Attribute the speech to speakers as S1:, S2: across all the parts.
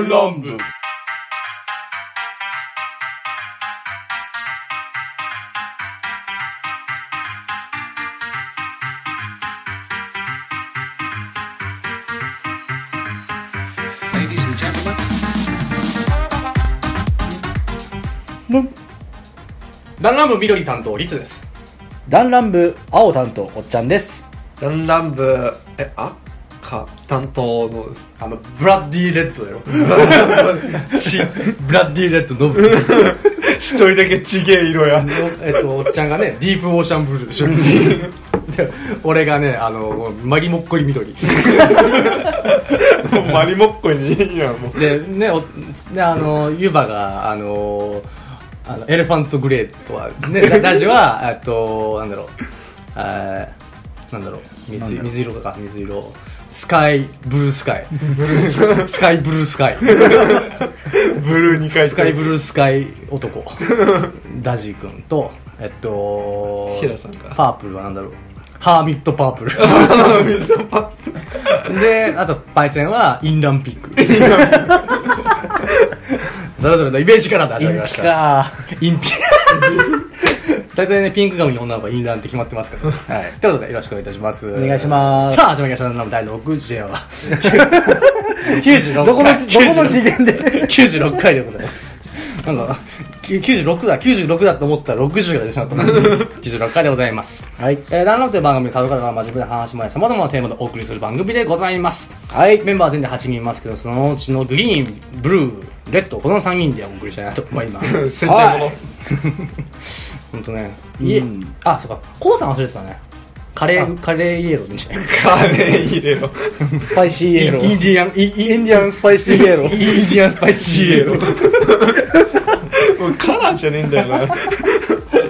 S1: ランランブ
S2: ランラン部緑担当、リツです。
S3: 弾丸部青担当おっちゃんです
S4: ランラン部、え、あか、担当の、
S2: あの、ブラッディレッドだよ。
S4: ち、 ブラッディレッドノブ。
S2: 一人だけちげえ色 や。 えっと、おっちゃんがね、ディープオーシャンブルー でしょ。で俺がね、あの、もうマリモッコリ緑。
S1: もうマリモッコにいいやんもう
S2: で、ね、おであの、ユバが、あの、あのエレファントグレートは、ね、 ララジは、えっと、なんだろう、あーなんだろう、水水色か、水色。スカイ、ブルースカイ。 スカイ、ブルースカイ。
S1: ブルー2回
S2: スカイブルースカイ男ダジー君とえっと
S4: ヒラさんか
S2: パープルは何だろうハーミットパープルであとパイセンはインランピックそれぞれのイメージからで始まりました
S3: か
S2: イ ンピ大体ねピンク髪の女の子はインランって決まってますから、 はい、ということでよろしくお願いいたしますお
S3: お願いします
S2: さあ始まりました「ランナム第60話」96回
S3: どこのどこの次元で
S2: 96回でございます。なんか、き96だ、96だと思ったら60が出てし まった。96回でございます。
S3: はい
S2: えー、ランラブという番組、サブカルから真面目な話もや様々なテーマでお送りする番組でございます。
S3: はい
S2: メンバーは全員で8人いますけど、そのうちのグリーン、ブルー、レッド、この3人でお送りしたいなと思います。
S1: 戦隊もの
S2: 本当ね。いえ、
S3: うん
S2: あ、そうか、コウさん忘れてたね。カレー、カレーイエローでいいんじゃない
S1: カレー入れろ
S3: スパイシーイエロ
S2: イン
S3: ー
S2: ディアン、イイ
S3: インディアンスパイシーイエロ
S2: イン
S3: ー
S2: ディアンスパイシー イエロー。
S1: もうカラーじゃねえんだよな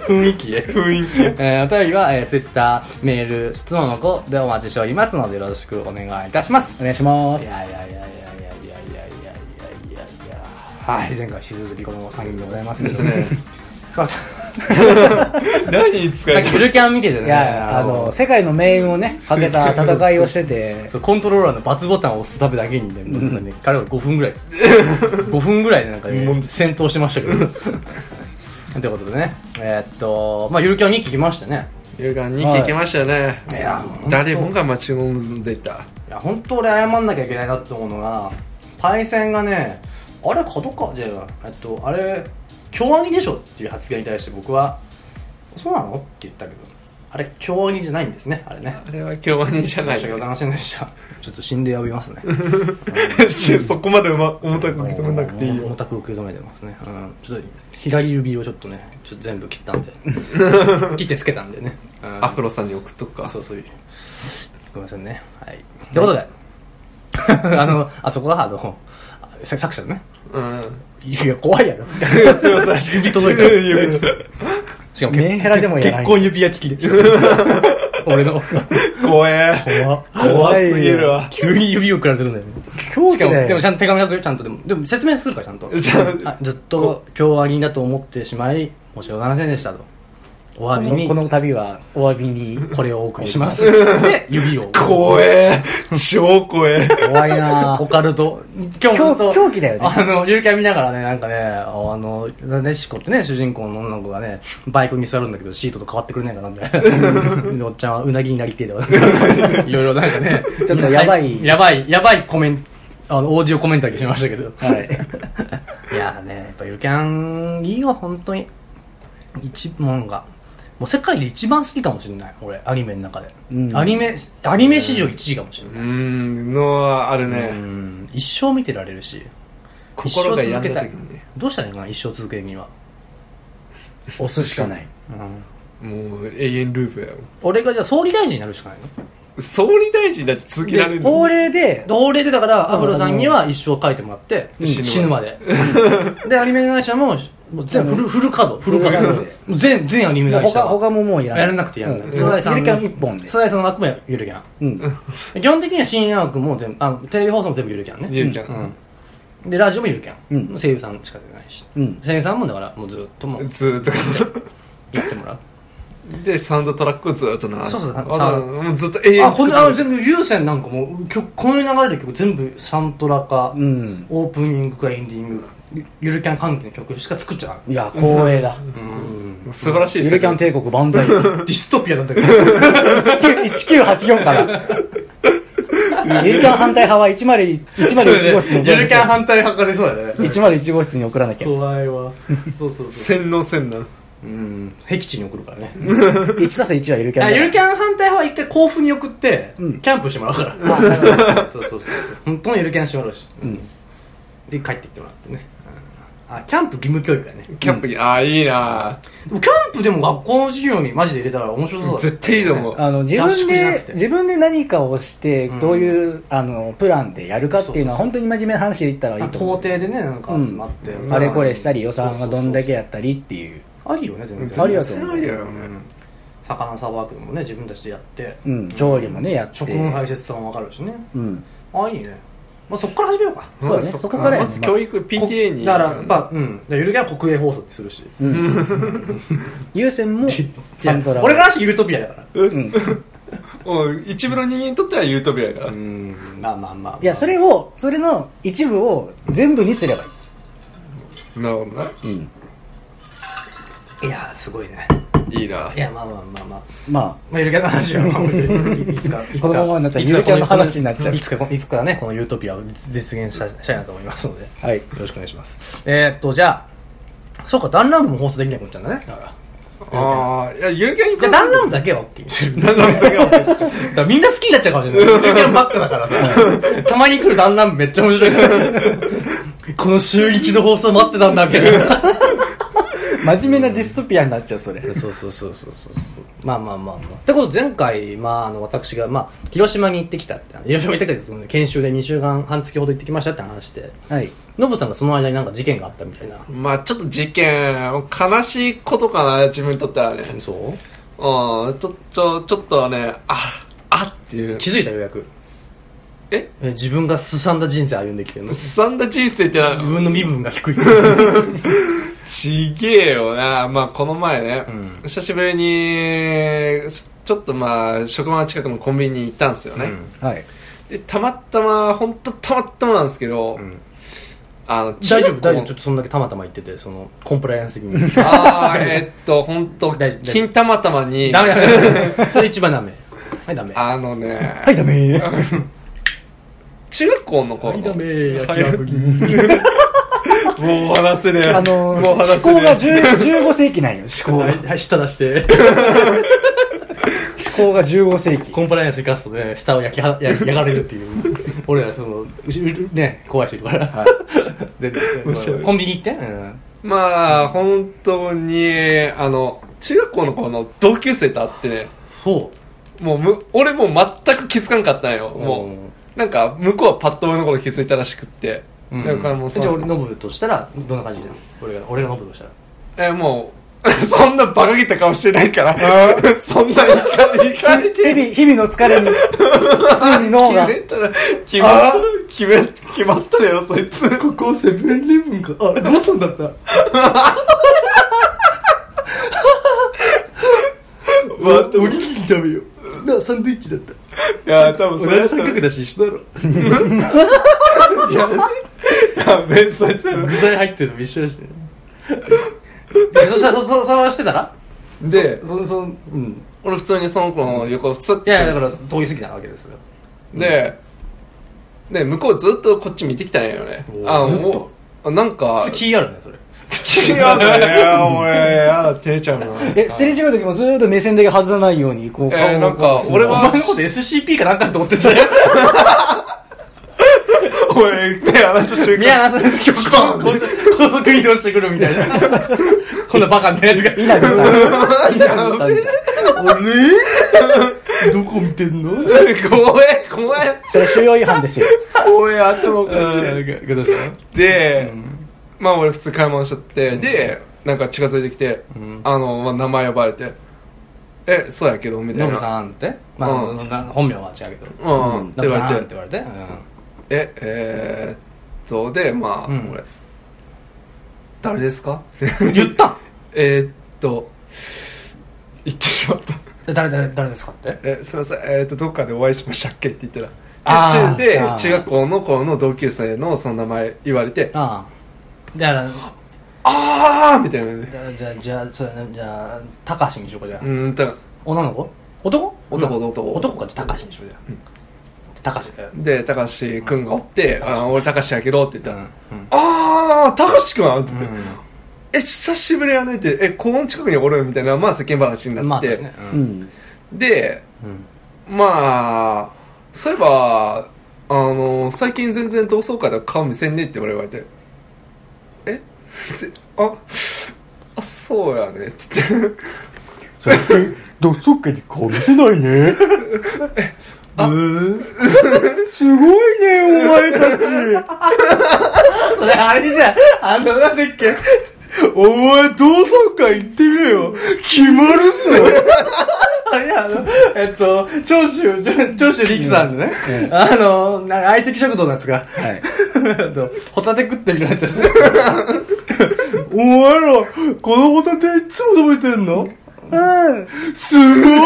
S2: 雰囲気
S1: 雰囲気
S2: えー、お便りは、えー、Twitter、メール、質問の子でお待ちしておりますので、よろしくお願いいたします。
S3: お願いしま
S2: い
S3: す
S2: やいやいやいやいやいやいやいやいやいやいやはい、前回引き続きこの3人でございますけどね。 そう
S1: 何に使
S2: さっ
S1: えて
S2: きフルキャン見ててね、
S3: いやあの世界の命運をねか けた戦いをしてて
S2: そうコントローラーの×ボタンを押すためだけにね、なんかね彼は5分 ぐらい、5分ぐらいでなんか
S1: も
S2: ね、
S1: う
S2: 戦闘してましたけ ど。ということでね、えーっと、まあ、ゆるキャン2期来ましたね。
S4: ゆがんに聞きましたね。
S2: いや
S4: 誰もが待ち望んでた。
S2: いや本当俺謝んなきゃいけないなって思うのがパイセンがねあれ角かじゃあえっとあれ京アニでしょっていう発言に対して僕はそうなのって言ったけどあれ京アニじゃないんですねあれね
S4: あれは今日はねじゃな
S2: 申
S4: い
S2: し訳。ございませんでしたちょっと死んで呼びますね
S1: し そこまでうま重たく受け止めなくていいよ
S2: 重たく受け止めてますね、うん、ちょっと左指をちょっとねちょっと全部切ったんで切ってつけたんでね、うん
S4: アフロさんに送っとくか。
S2: そうそういうごめんなさいねはいということで あのあそこがあのさ作者のね
S4: うん。
S2: いや怖いやろ
S1: すいません
S2: 指届い た
S1: 指
S2: しかも
S3: メンヘラでもやらない
S2: 結婚指輪付きで俺の
S1: 怖え
S2: 怖
S1: 怖すぎるわ
S2: 急に指をくられてくるんだよね
S3: 狂
S2: し
S3: 気
S2: かも
S3: だ
S2: でも
S3: よ
S2: ちゃんと手紙書くよちゃんとでもでも説明するからちゃんと
S1: じゃあ
S2: あずっと今日はりだと思ってしまい申し訳ございませんでしたとお詫びに
S3: この度はお詫びに
S2: これをお送りしますで指を
S1: 怖え超怖え
S3: 怖いな
S2: オカルト今
S3: 狂狂気だよね
S2: あのゆるキャン見ながらねなんかねあのねシコってね主人公の女の子がねバイクに座るんだけどシートと変わってくれないかなみたい なおっちゃんはうなぎになりてえとかいろいろなんかね
S3: ちょっとやばい
S2: やばいやばいコメンあのオーディオコメントだけしましたけど
S3: はい
S2: いやーねやっぱゆるキャンいいよ本当に一番がもう世界で一番好きかもしれない俺アニメの中で、
S3: うん
S2: アニメアニメ史上1位かもしれない、
S4: うーん、のはある
S2: う
S4: ね。
S2: ん一生見てられるし一
S4: 心が
S2: 生
S4: 病
S2: 続け
S4: ん
S2: た
S4: だ
S2: い
S4: 時にね。
S2: どうしたらいいかな一生続けるには、
S3: 押すしかない
S1: もう永遠ループだよ
S2: 俺がじゃあ総理大臣になるしかないの
S1: 総理大臣だって続けられ
S3: で
S1: るの
S3: 法令で
S2: 同例でだからアフロさんには一生書いてもらって、
S1: うん
S2: 死ぬまででアニメ会社ももう全部フルフル稼働フル稼働でもう全全アニメ
S3: もう
S2: 会社
S3: 他
S2: は
S3: 他ももういらない
S2: やらなくてやらない、
S3: うん
S2: サザエさん
S3: ゆるキャン一本で
S2: サザエさんの枠もゆるキャ
S3: うん
S2: ン基本的には深夜枠も全部あテレビ放送も全部ゆるキャンね
S1: ゆるキャン
S2: うんでラジオもゆるキャン、
S3: うん
S2: 声優さんしか出ないし、
S3: うん
S2: 声優さんもだからもうずっともう
S1: ずーっと
S2: やってもらう
S4: で、サウンドトラックをずっと流す。
S2: そうそう
S4: あだからもうずっと永遠
S2: あ
S4: に
S2: こん
S4: 作って
S2: なあ
S4: る
S2: 全部優先なんかもう曲この流れる曲全部サントラか、
S3: うん
S2: オープニングかエンディングゆゆるキャン関係の曲しか作っちゃう
S3: いや光栄だ
S2: うん
S4: 素晴らしい
S3: ゆるキャン帝国万歳
S2: ディストピアなんだけど
S3: 1984から ゆるキャン反対派は10 101号室に
S2: ゆるキャン
S3: 101
S2: 反対派が出そうだね
S3: 号室に送らなきゃ
S2: 怖いわそうそうそう
S4: 洗脳洗脳。
S2: うん僻地に送るからね
S3: 1たす1はゆるキャン
S2: あ
S3: だ
S2: ゆるキャン反対派は一回甲府に送って、
S3: うん
S2: キャンプしてもらうか
S3: あなるほど
S2: ら そうそうそうそう本当にゆるキャンしてもらうし、
S3: うん
S2: で帰ってきてもらってねうんあキャンプ義務教育だね
S4: キャンプに、ああ、いいな
S2: でもキャンプでも学校の授業にマジで入れたら面白そうだね
S4: 絶対いいと思う。
S3: あの自
S2: 合
S3: 分
S2: 宿じゃなく
S3: で
S2: て
S3: 自分で何かをして
S2: うん
S3: どういう、あのプランでやるかっていうのは
S2: そうそうそう
S3: 本当に真面目な話で言ったらいいと思
S2: 校
S3: う
S2: 庭でねなんか集まって、
S4: うん
S2: ま
S3: あれこれしたり予算がどんだけ
S2: そう
S3: やったりっていう
S2: そうそうありよね全然
S3: ありが
S2: う、
S3: と
S4: 全
S3: う
S4: 然ありだよ
S2: う
S4: ね。
S2: ん、魚さばくのもね自分たちでやって、
S3: うん調理もねやって
S2: 食の大切さもわかるしね
S3: うん
S2: あいいね、まあ、そこから始めようか
S3: そうだね
S4: まあ
S3: そこからや
S4: まず教育、PTA に。
S2: だからまあうんだからゆるぎは国営放送にするし
S3: うん 優先もサント
S2: い
S3: ラ
S2: や俺からしてユートピアだから
S3: うん
S4: もう一部の人間にとってはユートピアやから。
S2: んまあまあまあ、まあ、
S3: いやそれをそれの一部を全部にすればい
S4: なるほどな。
S3: い、うん、
S2: いやすごいね。
S4: いいない
S2: やまあまあまあまあ
S3: ま
S2: まあ、ゆるキャンの話は、まあ、いつ か、いつか
S3: このままになったらゆるキャンの話になっちゃう
S2: いつか、いつかね、このユートピアを実現したしたいなと思いますので、よ
S3: あはい
S2: ろしくお願いします。えー、っと、じゃあ、そうか、ダンラムも放送できなくなっちゃうんだね。だから。
S4: ああ、いや、ゆるキャンに
S2: じゃあ、ダンラムだけは OK にする。ダンラムだけは OK です。だからみんな好きになっちゃうかもしれない。ゆるキャンばっかだからさ、 たまに来るダンラムめっちゃ面白いから。この週一の放送待ってたんだ、みたいな。
S3: 真面目なディストピアになっちゃうそれ
S2: そうそうそうそうそうまあまあまあまあってことで前回、まあ、あの私が、まあ、広島に行ってきたって広島に行ってきたってその研修で2週間半月ほど行ってきましたって話して
S3: はい
S2: ノブさんがその間になんか事件があったみたいな
S4: まあちょっと事件、悲しいことかな、自分にとってはね。うん、ち
S2: そう
S4: ょっと、ちょっとね、あ、あっていう。
S2: 気づいたようやく
S4: え
S2: え自分がすさんだ人生歩んできてるの
S4: すさんだ人生っての
S2: 自
S4: は、
S2: 分の身分が低い
S4: ちげえよな。まあこの前ね、
S2: うん
S4: 久しぶりに、ちょっとまあ職場の近くのコンビニに行ったんですよね。
S2: うん
S3: はい
S4: で、たまたま、ほんとたまたまなんですけど、
S2: うん
S4: あの、
S2: 大丈夫大丈夫ちょ
S4: 夫
S2: っとそんだけたまたま言っててそのコンプライアンス的 に
S4: あー、えーっと、ほんと
S2: 大丈、夫
S4: 金たまたまに、
S2: ダメダメ それ一番ダメはいダメ
S4: あの ね、
S3: はいダメ
S4: 中学校の頃の、
S2: 焼き上がり
S1: もう終わらせねえ。
S3: あの
S1: もう
S3: 思
S1: 話せ
S3: 考
S1: ね
S3: が10 15世紀なんよ思考
S2: は
S3: が
S2: いはい舌出して
S3: 思考が15世紀
S2: コンプライアンス生かすとね、下を焼きは焼き焼かれるっていう。俺らその、うしうね、怖い人いるから。でで
S4: っしゃる
S2: コンビニ行って、うん、
S4: まあ、本当に、あの、中学校の頃の同級生と会ってね、
S2: そ
S4: もうむ、俺もう全く気づかんかったんよ、
S2: う。
S4: もう。なんか、向こうはパッと俺のこと気づいたらしくって。
S2: う
S4: だからもう
S2: じ
S4: そ
S2: ゃあ
S4: の
S2: 俺、ノブとしたら、どんな感じだよ俺が、俺がノブとしたら。
S4: え、もう、 そんなバカげた顔してないから、 そんなにいかれて
S3: 日々日々の疲れ に普通に脳が
S4: 決めたら、決まったら、決め、決まったらよ、そいつ。ここセブンイレブンか。
S2: あ、ローソンだった。
S4: お
S2: にぎり食べよう。な、サンドイッチだった。
S4: いや、多分それやったら、
S2: だし一緒だろ。
S4: やべえ、そいつやべえ
S2: 具材入ってるのも一緒だしね。でそしたら、そ、そ、そうしてたら
S4: で、
S2: そ、そ、うん。
S4: 俺普通にその子の横をスッ
S2: い
S4: て。
S2: や、だから、通り過ぎたわけですよ。
S4: で、で、向こうずっとこっち見てきたんやよね
S2: お。ー
S4: あ、
S2: ずっと
S4: もう、あなんか、
S2: 気あるね、それ。
S4: 気がね、おい、やだ、照れちゃうな。
S3: えすれ違う時もずーっと目線だけ外さないようにこう顔を
S4: えーなんか
S3: こう
S4: 俺は
S2: お前のこと SCP かなんかと思ってたよ。
S4: おい、目合わせ瞬
S2: 宮川さん、高 速移動してくるみたい な。こんなバカなやつが。
S3: 稲城さん稲城さんみたい
S2: どこ見てんの
S4: 怖え、怖え、
S3: それ収容違反 ですよ
S4: 怖え、頭おかしい。
S2: どうした
S4: で、まあ俺普通買い物しちゃって、で、なんか近づいてきて、
S2: ん
S4: あの、まあ名前呼ばれて、え、そうやけど、みたい
S2: ノブ
S4: な。
S2: さんってまあ
S4: うん
S2: そんな、本名は違うけど。
S4: う
S2: ノ
S4: んって言
S2: ブさ
S4: わ
S2: ん
S4: れ
S2: って
S4: て、
S2: 言われて。うん
S4: え、えーっと、で、まあ、
S2: うん
S4: 俺、誰ですか
S2: 言った
S4: えーっと、言ってしまった。
S3: 誰誰誰ですかって
S4: え、すいません、えっ、と、どっかでお会いしましたっけって言ったら、
S3: あー
S4: 途中で
S3: あー
S4: 中学校の子の同級生のその名前言われて、
S3: ああじゃあ
S4: あーみたいなね。
S3: じゃあじゃあそうやねじゃあ高橋にしようかじゃあ、
S4: うーん、だか
S3: 女の子男
S4: 男男
S3: 男かじゃあ高橋にしようじゃあ、高橋だよ
S4: らで、たかしくんがおって、あー俺たかしやけどって言ったら、
S2: うん
S4: あー、たかしくんって言って、
S2: うん
S4: え、久しぶりやねって、え、公園近くにおるみたいな、まあ世間話に
S2: ま
S4: なっ
S2: あそ
S4: て、
S2: うだねう
S3: うんん
S4: で、
S2: うん
S4: まあ、そういえば、あの、最近全然同窓会では顔見せんねえって俺言われて、え ぜあ、あ、そうやね、 つって、
S3: 最近同窓会に顔見せないねすごいねお前たち
S2: それあれじゃんあのなんだっけ
S3: お前同窓会行ってみろよ決まるっ
S2: あれやあのえっと長州長長州力さんでねあのな相席食堂のやつが
S3: すよはい
S2: えっとホタテ食ってみるやつだしね
S3: お前ら、このホタテいつも食べてんのうん。すごいね、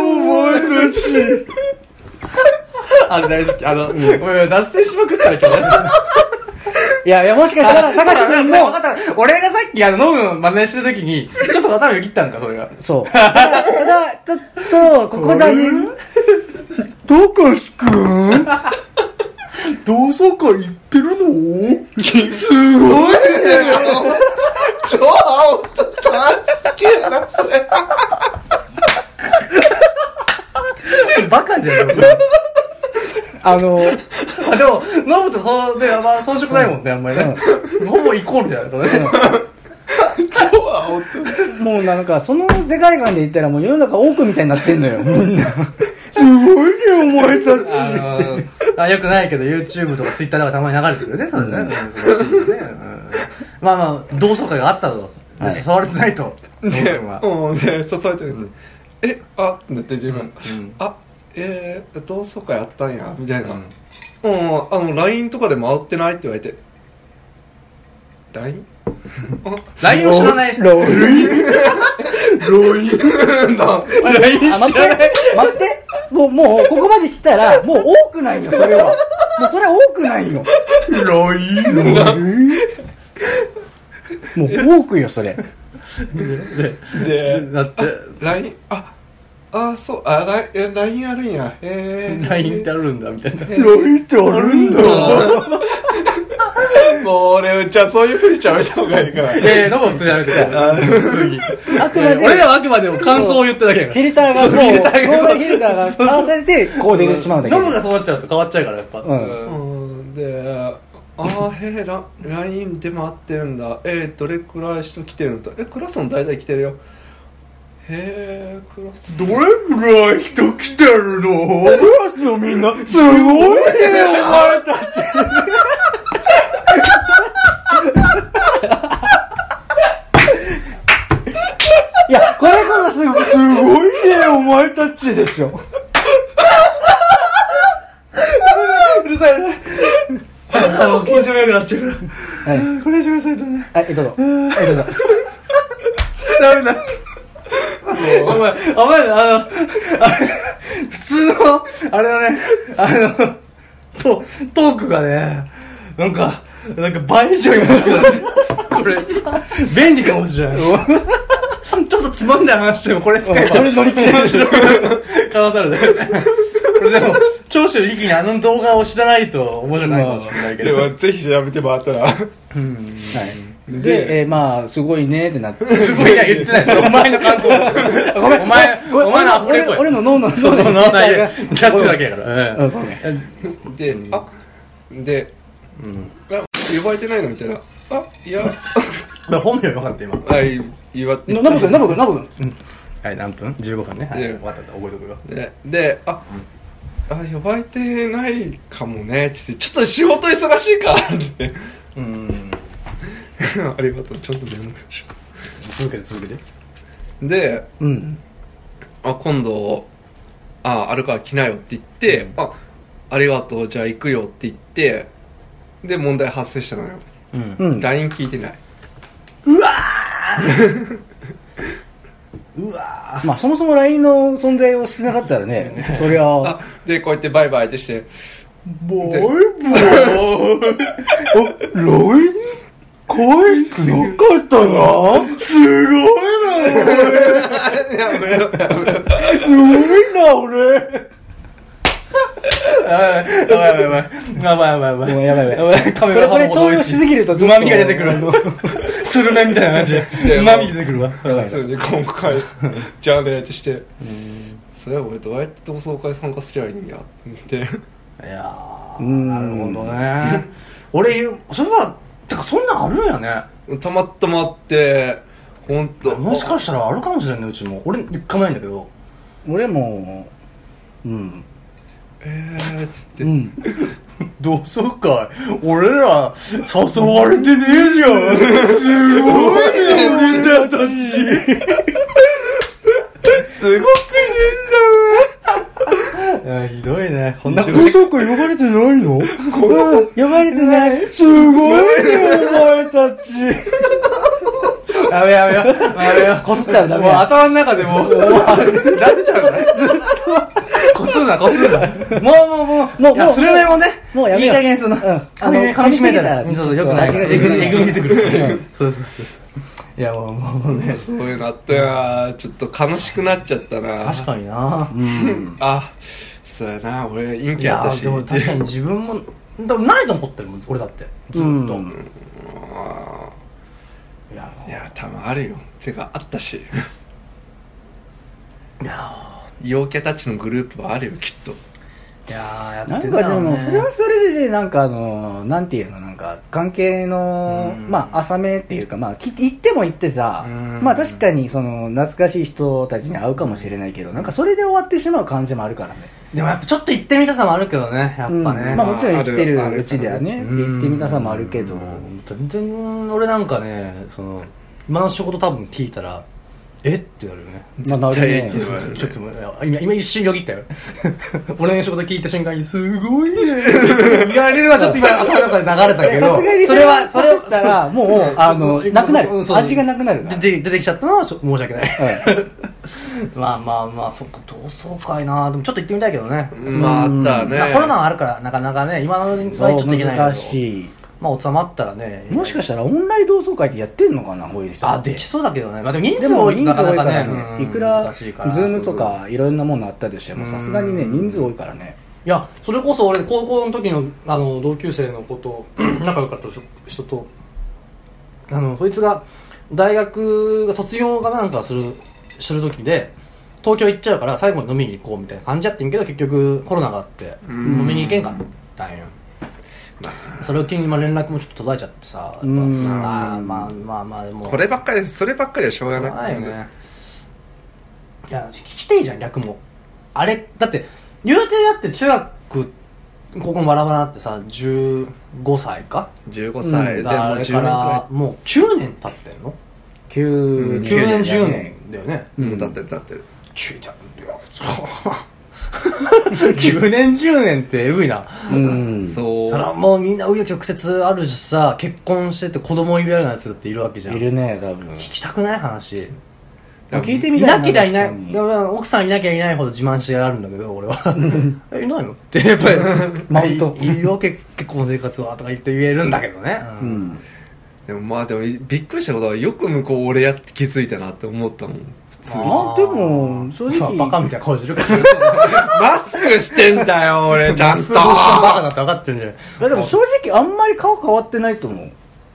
S3: お前たち。
S2: あれ大好きあのごめんごめん脱線しまくったら今日ね
S3: いやいや、もしかしたら、高橋君
S2: 分
S3: も
S2: か、った俺がさっきあの飲むの真似してる時にちょっと頭を切ったんかそれが
S3: そう。ただ、ただちょっと、ここさに、高橋君同窓会行ってるのすごい
S4: 超青と大好きやな、それ。
S2: バカじゃん
S3: あの、
S2: あでも飲むとそうで、まあ、遜色ないもんねあんまり ね、ほぼイコールだよねこれね
S4: 超青と。
S3: もうなんか、その世界観で言ったらもう世の中多くみたいになってんの よ、みんな。すごいね、お前たち。
S2: あのあよくないけど YouTube とか Twitter とかたまに流れてくるよねそれね、うんそうねうんまあまあ同窓会があったと、誘われてないと同窓
S4: で、
S2: 会は
S4: うん、で、刺されてる、え、あってなって自分、
S2: ん
S4: あ、えー、同窓会あったんや、みたいな。
S2: う
S4: うんん、あの、LINE とかで回ってないって言われて。LINE?
S2: LINE を知らない
S3: ロイロイ
S2: LINE
S4: な
S3: あ、待
S2: 知ら
S3: っ
S2: ない
S3: て、待って。もう、もう、ここまで来たら、もう多くないよ、それは。もう、それは多くないよ。
S2: ロイ
S3: もう、多くよ、それ。
S4: で、
S2: だって
S4: LINE? あ、あ、そう、あ、ラインえ LINE あるんや。えー、
S2: LINE ってあるんだみたいな
S3: ロイってあるんだ。
S4: もう俺、じゃあそういうふうに喋った方がいいから。
S2: いやいや、ノブは普通にやめてた。普通に。
S3: あくまで、
S2: 俺らはあくまでも感想を言ってだけや
S3: フ
S2: か
S3: ィ
S2: ら。
S3: ルターが、
S2: そう
S3: もう、
S2: フィル
S3: 脳
S2: ターが
S3: 内フィルターが
S2: そうそう
S3: 回されて、こう出てしまうんだけ
S2: ノブが
S3: ど。
S2: そうなっちゃうと変わっちゃうから、やっぱ。
S3: うん
S2: うん
S4: うん、で、あーへえ、ラ LINE で回ってるんだ。えー、どれくらい人来てるのと。え、クラスの大体来てるよ。へえ、クラス。
S3: どれぐらい人来てるのクラスのみんな、すごいね、お前たち。いや、これこそすごい、すごいね、お前たちでしょ。
S2: うるさいね。あもう緊張が良くなっちゃうか
S3: はい、
S2: ら。これしてくださいとね。
S3: はい、どうぞ。はい、どうぞ。
S2: ダメだ。お前、お前、あの、あれ、普通の、あれだね、あの、トトークがね、なんか、なんか倍以上になってたねこれ、便利かもしれない。ちょっとつまんない話でもこれ使えば
S3: これ乗り切れる
S2: 面白い かわさるね。これでも、長州力にあの動画を知らないと面白くないかもしれないけ
S4: で
S2: ど。
S4: も、ぜひ調べてもらったら。
S3: はい。で、えー、まあ、すごいねってなって。
S2: すごいな言ってない。お前の感想。ごめん、お前、お前のアフレ
S3: 俺
S2: コや
S3: 俺の脳の、
S2: そうだ、脳内で
S3: が
S2: やってるだけやから。
S3: う
S2: うん
S3: んごめん
S4: で、あ、で、あ、呼ばれてないのみたいな。あ、いや、
S2: これ本名分かった、今。
S4: あ、い言わ
S3: のノブ君、ノブ君、ノブ君。
S2: はい、何分 ?15 分ね。はい、
S4: うん
S2: 分かった、覚えとくよ。
S4: でで、あ、あ、呼ばれてないかもねって言って、ちょっと仕事忙しいからって
S2: うん。
S4: 言って。ありがとう、ちょっとメモしよ
S2: 続けて、続けて。
S4: う。で、
S3: うん。
S4: あ、今度、あ、あるから来なよって言って、あ、ありがとう、じゃあ行くよって言って、で、問題発生したのよ。
S2: うん。
S3: うん。
S4: LINE 聞いてない。
S2: うわわ
S3: まあそもそも LINE の存在をしてなかったらね、そりゃ、
S4: あでこうやってバイバイってして
S2: ボ
S4: で
S3: お、ロイン返してなかったなすごい なすごいな俺
S2: やばいやばいやばいやばいやばいやばい
S3: でもやばいやばい。
S2: ばいカ
S3: こ
S2: メ
S3: れ、
S2: ラ
S3: これ、
S2: 半
S3: ち
S2: ほ
S3: ょ
S2: ど
S3: う
S2: 美
S3: ど
S2: 味し
S3: し
S2: い
S3: すぎると、
S2: うまみが出てくる
S3: あの
S2: スルメみたいな感じ
S4: で
S2: うまみ出てくるわ
S4: 普通に今回 じゃあねってしてそれは俺どうやって同窓会参加すりゃいいんやって
S2: いやー
S3: うん
S2: なるほどね俺それはてかそんなんあるんやね
S4: たまたまって本当
S2: もしかしたらあるかもしれんねうちも俺行かないんだけど
S3: 俺も、うん。
S4: えーって
S3: う
S4: 言って
S3: ん。
S2: 同窓会俺ら誘われてねえじゃんすごいねみんなたち
S4: すごく
S2: い やひどいねこんなこと
S3: 同窓会呼ばれてないのうん、 呼ばれてない。すごいね、お前たち。
S2: やめやめややめよ
S3: こすったらダ メ
S2: もう
S3: や。
S2: 頭の中でもうもうあれなっちゃうねずっとこすなこすなもうもうもう
S3: もう
S2: いや
S3: もう
S2: スルメもね
S3: もうやめ
S2: いい加減その、
S3: うんあの
S2: 噛み締めた
S3: 噛み締めたら
S2: らそうそうよくない
S3: 味
S2: から
S3: が
S2: え
S3: 出
S2: ぐ
S3: てくる
S2: みえぐみ出てくる
S3: うん
S2: そうそうそうそういやもうもうね
S4: そういうのあったなちょっと悲しくなっちゃったな
S2: 確かにな
S3: うん。
S4: あそうやな俺陰
S2: い
S4: 気や
S2: や
S4: った
S2: ー
S4: し
S2: でも確かに自分もだからないと思ってるもん俺だってずっと、
S3: うん
S4: あ
S2: いや
S4: ーいやたまあるよてかあったし
S2: いや
S4: 陽キャたちのグループはあるよきっと
S2: ーいやーや
S3: な
S2: って
S3: ん
S2: ん
S3: か
S2: だ
S3: で
S2: ろうね
S3: も、それはそれで、なんかあの、なんていうの、なんか、関係の、
S2: うん
S3: まあ、浅めっていうか、まあ、き行っても行ってさ
S2: うん、
S3: まあ、確かに、その、懐かしい人たちに会うかもしれないけど、なんか、それで終わってしまう感じもあるからね。
S2: でもやっぱちょっと行ってみたさもあるけどねやっぱね、
S3: うんまあ、もちろん生きて
S4: ああ
S3: る
S4: る
S3: うちではね、
S2: うん
S3: 行ってみたさもあるけど、
S2: うん全然俺なんかねその今の仕事多分聞いたらえって言われるね
S3: まあ、なるね
S4: 絶対言うよ
S2: そうそうちょっともう今今一瞬よぎ ったよ俺の仕事聞いた瞬間に「すごいね」言われるはちょっと今 頭の中で流れたけ
S3: え
S2: ど
S3: さすがに
S2: そ
S3: そ
S2: れ
S3: れ
S2: は
S3: は、
S2: そ
S3: そ
S2: れ
S3: れ
S2: は
S3: たら、もう、あの、なくなる。味がなくなるから。
S2: 出て出てきちゃったのはしょ申し訳ない、
S3: う
S2: まあまあまあそっか同窓会なでもちょっと行ってみたいけどね、
S4: まああった
S2: まあ
S4: ね
S2: コロナはあるからなかなかね今のにはち
S3: そ
S2: ょっ
S3: う、
S2: といけないけど
S3: 難しい。
S2: まあ収まったらね
S3: もしかしたら、オンライン同窓会ってやってんのかな、こういう人。
S2: あできそうだけどね、まあ、でも人
S3: で
S2: 数
S3: も
S2: 多いと
S3: 人
S2: な
S3: 数
S2: か
S3: 多い
S2: な
S3: か
S2: かね
S3: らね、いくら、ズ
S2: ズ
S3: ームとかいろんなものあったとしても、
S2: うん
S3: さすがにね、人数多いからね。
S2: いやそれこそ俺高校の時のあの同級生の子と 仲良かった人とあのそいつが大学が卒業がなんかするする時で東京行っちゃうから最後に飲みに行こうみたいな感じやってんけど結局コロナがあって
S4: うん
S2: 飲みに行けんかったんよそれを機にまあ連絡もちょっと途絶えちゃってさやっぱ
S3: うん
S2: まあまあまあまあでも
S4: こればっかりそればっかりはしょうが
S2: しょ
S4: な
S2: う
S4: い
S2: がないよねいや来ていいじゃん逆もあれだって言うてだって中学ここバラバラになってさ15歳か
S4: 15歳で
S2: だ
S4: もう
S2: からあれか
S4: 10年く
S2: ら
S4: ら
S2: もう9年経ってんの
S3: 9
S2: ?9
S3: 年
S2: 年10年だよね
S4: い
S3: うん
S4: もうだってるだってる
S2: 9年9年10年ってエグいな
S3: うん。
S4: そう
S2: それはもうみんな紆余曲折あるしさ結婚してて子供いるようなやつだっているわけじゃん
S3: いるね、多分。
S2: 聞きたくない話
S3: 聞いて
S2: い
S3: みたい
S2: なきゃいない、
S3: 確かに
S2: だから奥さんいなきゃいないほど自慢してやがるんだけど、俺は。 えいないのって、やっ ぱり、
S3: マウント
S2: いいいよ、結結婚生活は、とか言って言えるんだけどね。
S3: う。ん。
S4: でもまあでもびっくりしたことはよく向こう俺やって気づいたなって思ったもん普通に
S3: まあでも正直
S2: まあバカみたいな顔してるから、
S4: マスクしてんだよ俺ちゃん
S2: 普通
S4: と
S2: の人はバカだって分かってるんじゃない
S3: いやでも正直あんまり顔変わってないと思う。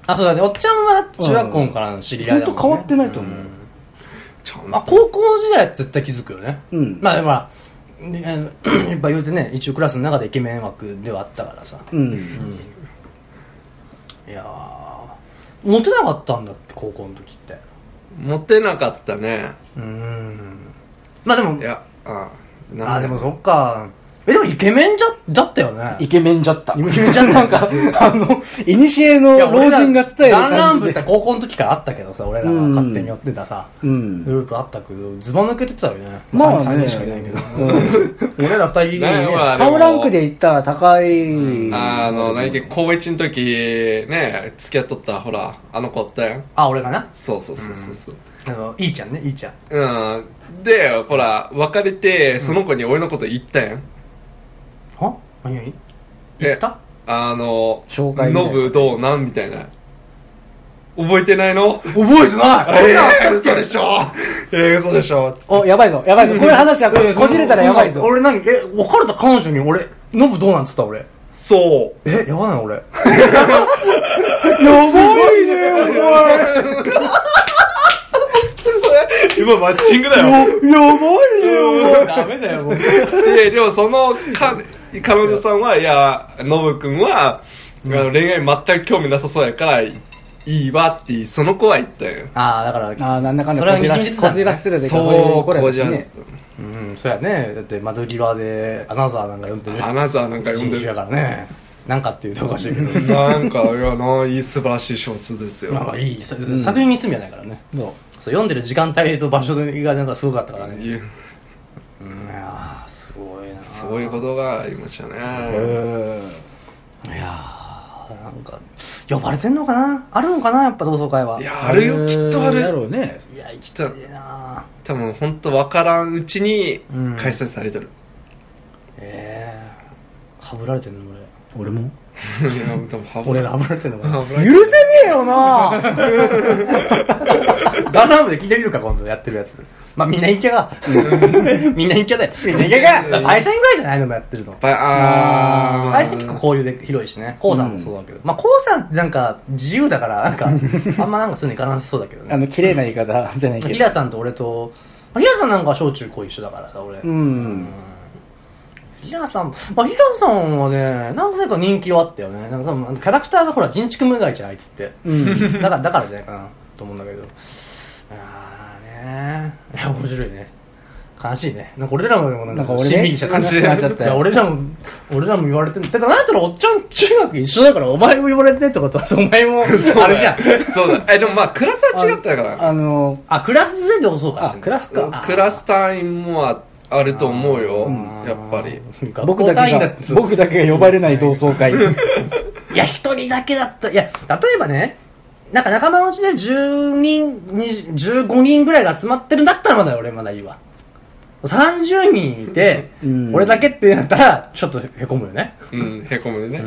S2: あ、そうだね。おっちゃんはだって中学校からの知り合い
S3: 本
S2: だもん、
S3: 当
S2: ね。
S3: 変わってないと思う。
S4: ちゃん
S2: まあ、
S4: と
S2: 高校時代は絶対気づくよね。
S3: うん
S2: まあ、でもほら、ねあのやっぱ言うてね、一応クラスの中でイケメン枠ではあったからさ。
S3: うん。
S2: いやー、モテなかったんだっけ、高校の時って。
S4: モテなかったね
S2: うーんまあでも
S4: いやあ
S2: あーでも
S4: そ
S2: そっかえ、でもイケメンじゃ、だったよね。
S3: イケメンじゃった。
S2: イケメンじゃった
S3: な んか、あの、いにしえの老人が伝える
S2: ダンラン
S3: 感
S2: ブ
S3: じ
S2: って
S3: で。
S2: 高校の時からあったけどさ、俺らが勝手にやってたさ、
S3: うん
S2: グ。ループあったけど、ズバ抜けてたよね。
S3: まあね
S2: 3人しかいないけど。 俺ら二人いるのに
S4: ね
S2: ね
S4: ほら
S3: 顔ランクで言ったら高い。
S4: あの、何け、高一の時、ね、付き合っとった、ほら、あの子おったやん。
S2: あ、俺がな。
S4: そうそうそうそうそう。
S2: あの、いいちゃんね、いいちゃん。
S4: うん。で、ほら、別れて、その子に俺のこと言ったやん。
S2: は何何
S4: で
S2: 言った
S4: あの、
S3: 紹介みたい
S4: ノ
S3: な
S4: ブどうなんみたいな。覚えてないの
S2: 覚えてない
S4: ええ嘘でしょええ嘘でしょ
S3: お、やばいぞ、やばいぞ。こういう話は、こじれたらやばいぞ。
S2: 俺何え、別れた彼女に俺、ノブどうなんつった俺。
S4: そう。
S2: え、やばない俺。
S3: やばいね、お前。
S1: 今マッチングだよ。
S3: やばいね、お前。
S2: ダメだよ、もう。
S4: で、でもそのか、彼女さんは、いや、ノブ君は、あの恋愛全く興味なさそうやから、いいわって、その子は言ったよ。
S2: ああ、だから、
S3: あーなんだかん
S2: それは
S3: だこじら
S2: 握り
S3: し
S2: ってたんだ
S3: こ
S2: ね
S3: じらしてるでか
S4: そう、
S3: こ
S4: こ
S3: れ
S4: う
S3: で
S4: じゃ
S3: す
S4: ん
S3: ね。
S2: うん、そうやね。だって、窓際で、アナザーなんか呼んでる。
S4: アナザーなんか読
S2: 新
S4: んで
S2: 種や
S4: る。
S2: からね。なんかっていうとおかしいけど。
S4: なんか、いや、ないい素晴らしい小説ですよ。
S2: まあいい、そ作品に住みやないからね。
S3: どう
S2: そう、読んでる時間帯と場所がなんかすごかったからね。い
S4: いう
S2: やー、すごいな。
S4: そういうことがありましたね。
S3: う
S2: いやー、なんか、呼ばれてんのかなあるのかなやっぱ同窓会は。
S4: い
S2: い
S4: や、あるよ、きっとあ
S3: だ
S4: る。
S3: ろうね。
S2: や、行きたいな
S4: 多分、ほんとわからんうちに
S2: うん
S4: 開催されて る。
S2: ええー。はぶられてんの
S3: 俺も
S4: いや、多分、ハブ
S2: 俺。俺らはぶられてんのかな
S3: 許せねえよな
S2: ダンランブで聞いてみるか、今度やってるやつ。まあみんな陰キャが。 みんな陰キャだよ。みんな陰キャがパイセンぐらいじゃないのもやってるの。
S4: ばあー。
S2: 配信結構交流で広いしね。コウさんもそうだけど。まあ、コウさんってなんか自由だから、なん か、あんまなんかそういうのいかなさそうだけど
S3: あの、
S2: ね。
S3: 綺麗な言い方じゃないけ
S2: ヒ
S3: ど。
S2: ラさんと俺と、まあヒラさんなんかは小中高一緒だからさ、俺。
S3: う。ん。
S2: ヒラさん、まあ、ヒラさんはね、なんか人気はあったよね。なんか多分、キャラクターがほら、人畜無害じゃん、あいつって。
S3: うん。
S2: だから、だからじゃないかな、と思うんだけど。あーねいや、面白いね。悲しいね。なんか俺らもでもな
S3: なん
S2: か
S3: んか、俺
S2: しんみ
S3: ね、
S2: りした感じ
S3: 悲しくなっちゃっ
S2: い
S3: た
S2: や
S3: よ。
S2: 俺らも俺らも言われてんだだからなんやったらおっちゃん中学一緒だからお前も言われてってことはお前 もあれじゃん
S4: そうだ。 え、でもまあ、クラスは違ったから。
S3: あの、
S2: あクラス全体もそうかもしれない
S3: あクラスか
S4: クラス単位もああると思うよ。やっぱり。
S2: 僕
S3: 僕
S2: だ
S3: だ
S2: け
S3: け
S2: だ
S3: が、僕だけが呼ばれない同窓 会。
S2: いや一人だけだったいや例えばねなんか仲間のうちで10人20 15人ぐらいが集まってるんだったらまだ俺まだいいわ30人い て、
S3: うん
S2: 俺だけってなったらちょっとへこむよね
S4: うん、へこむね。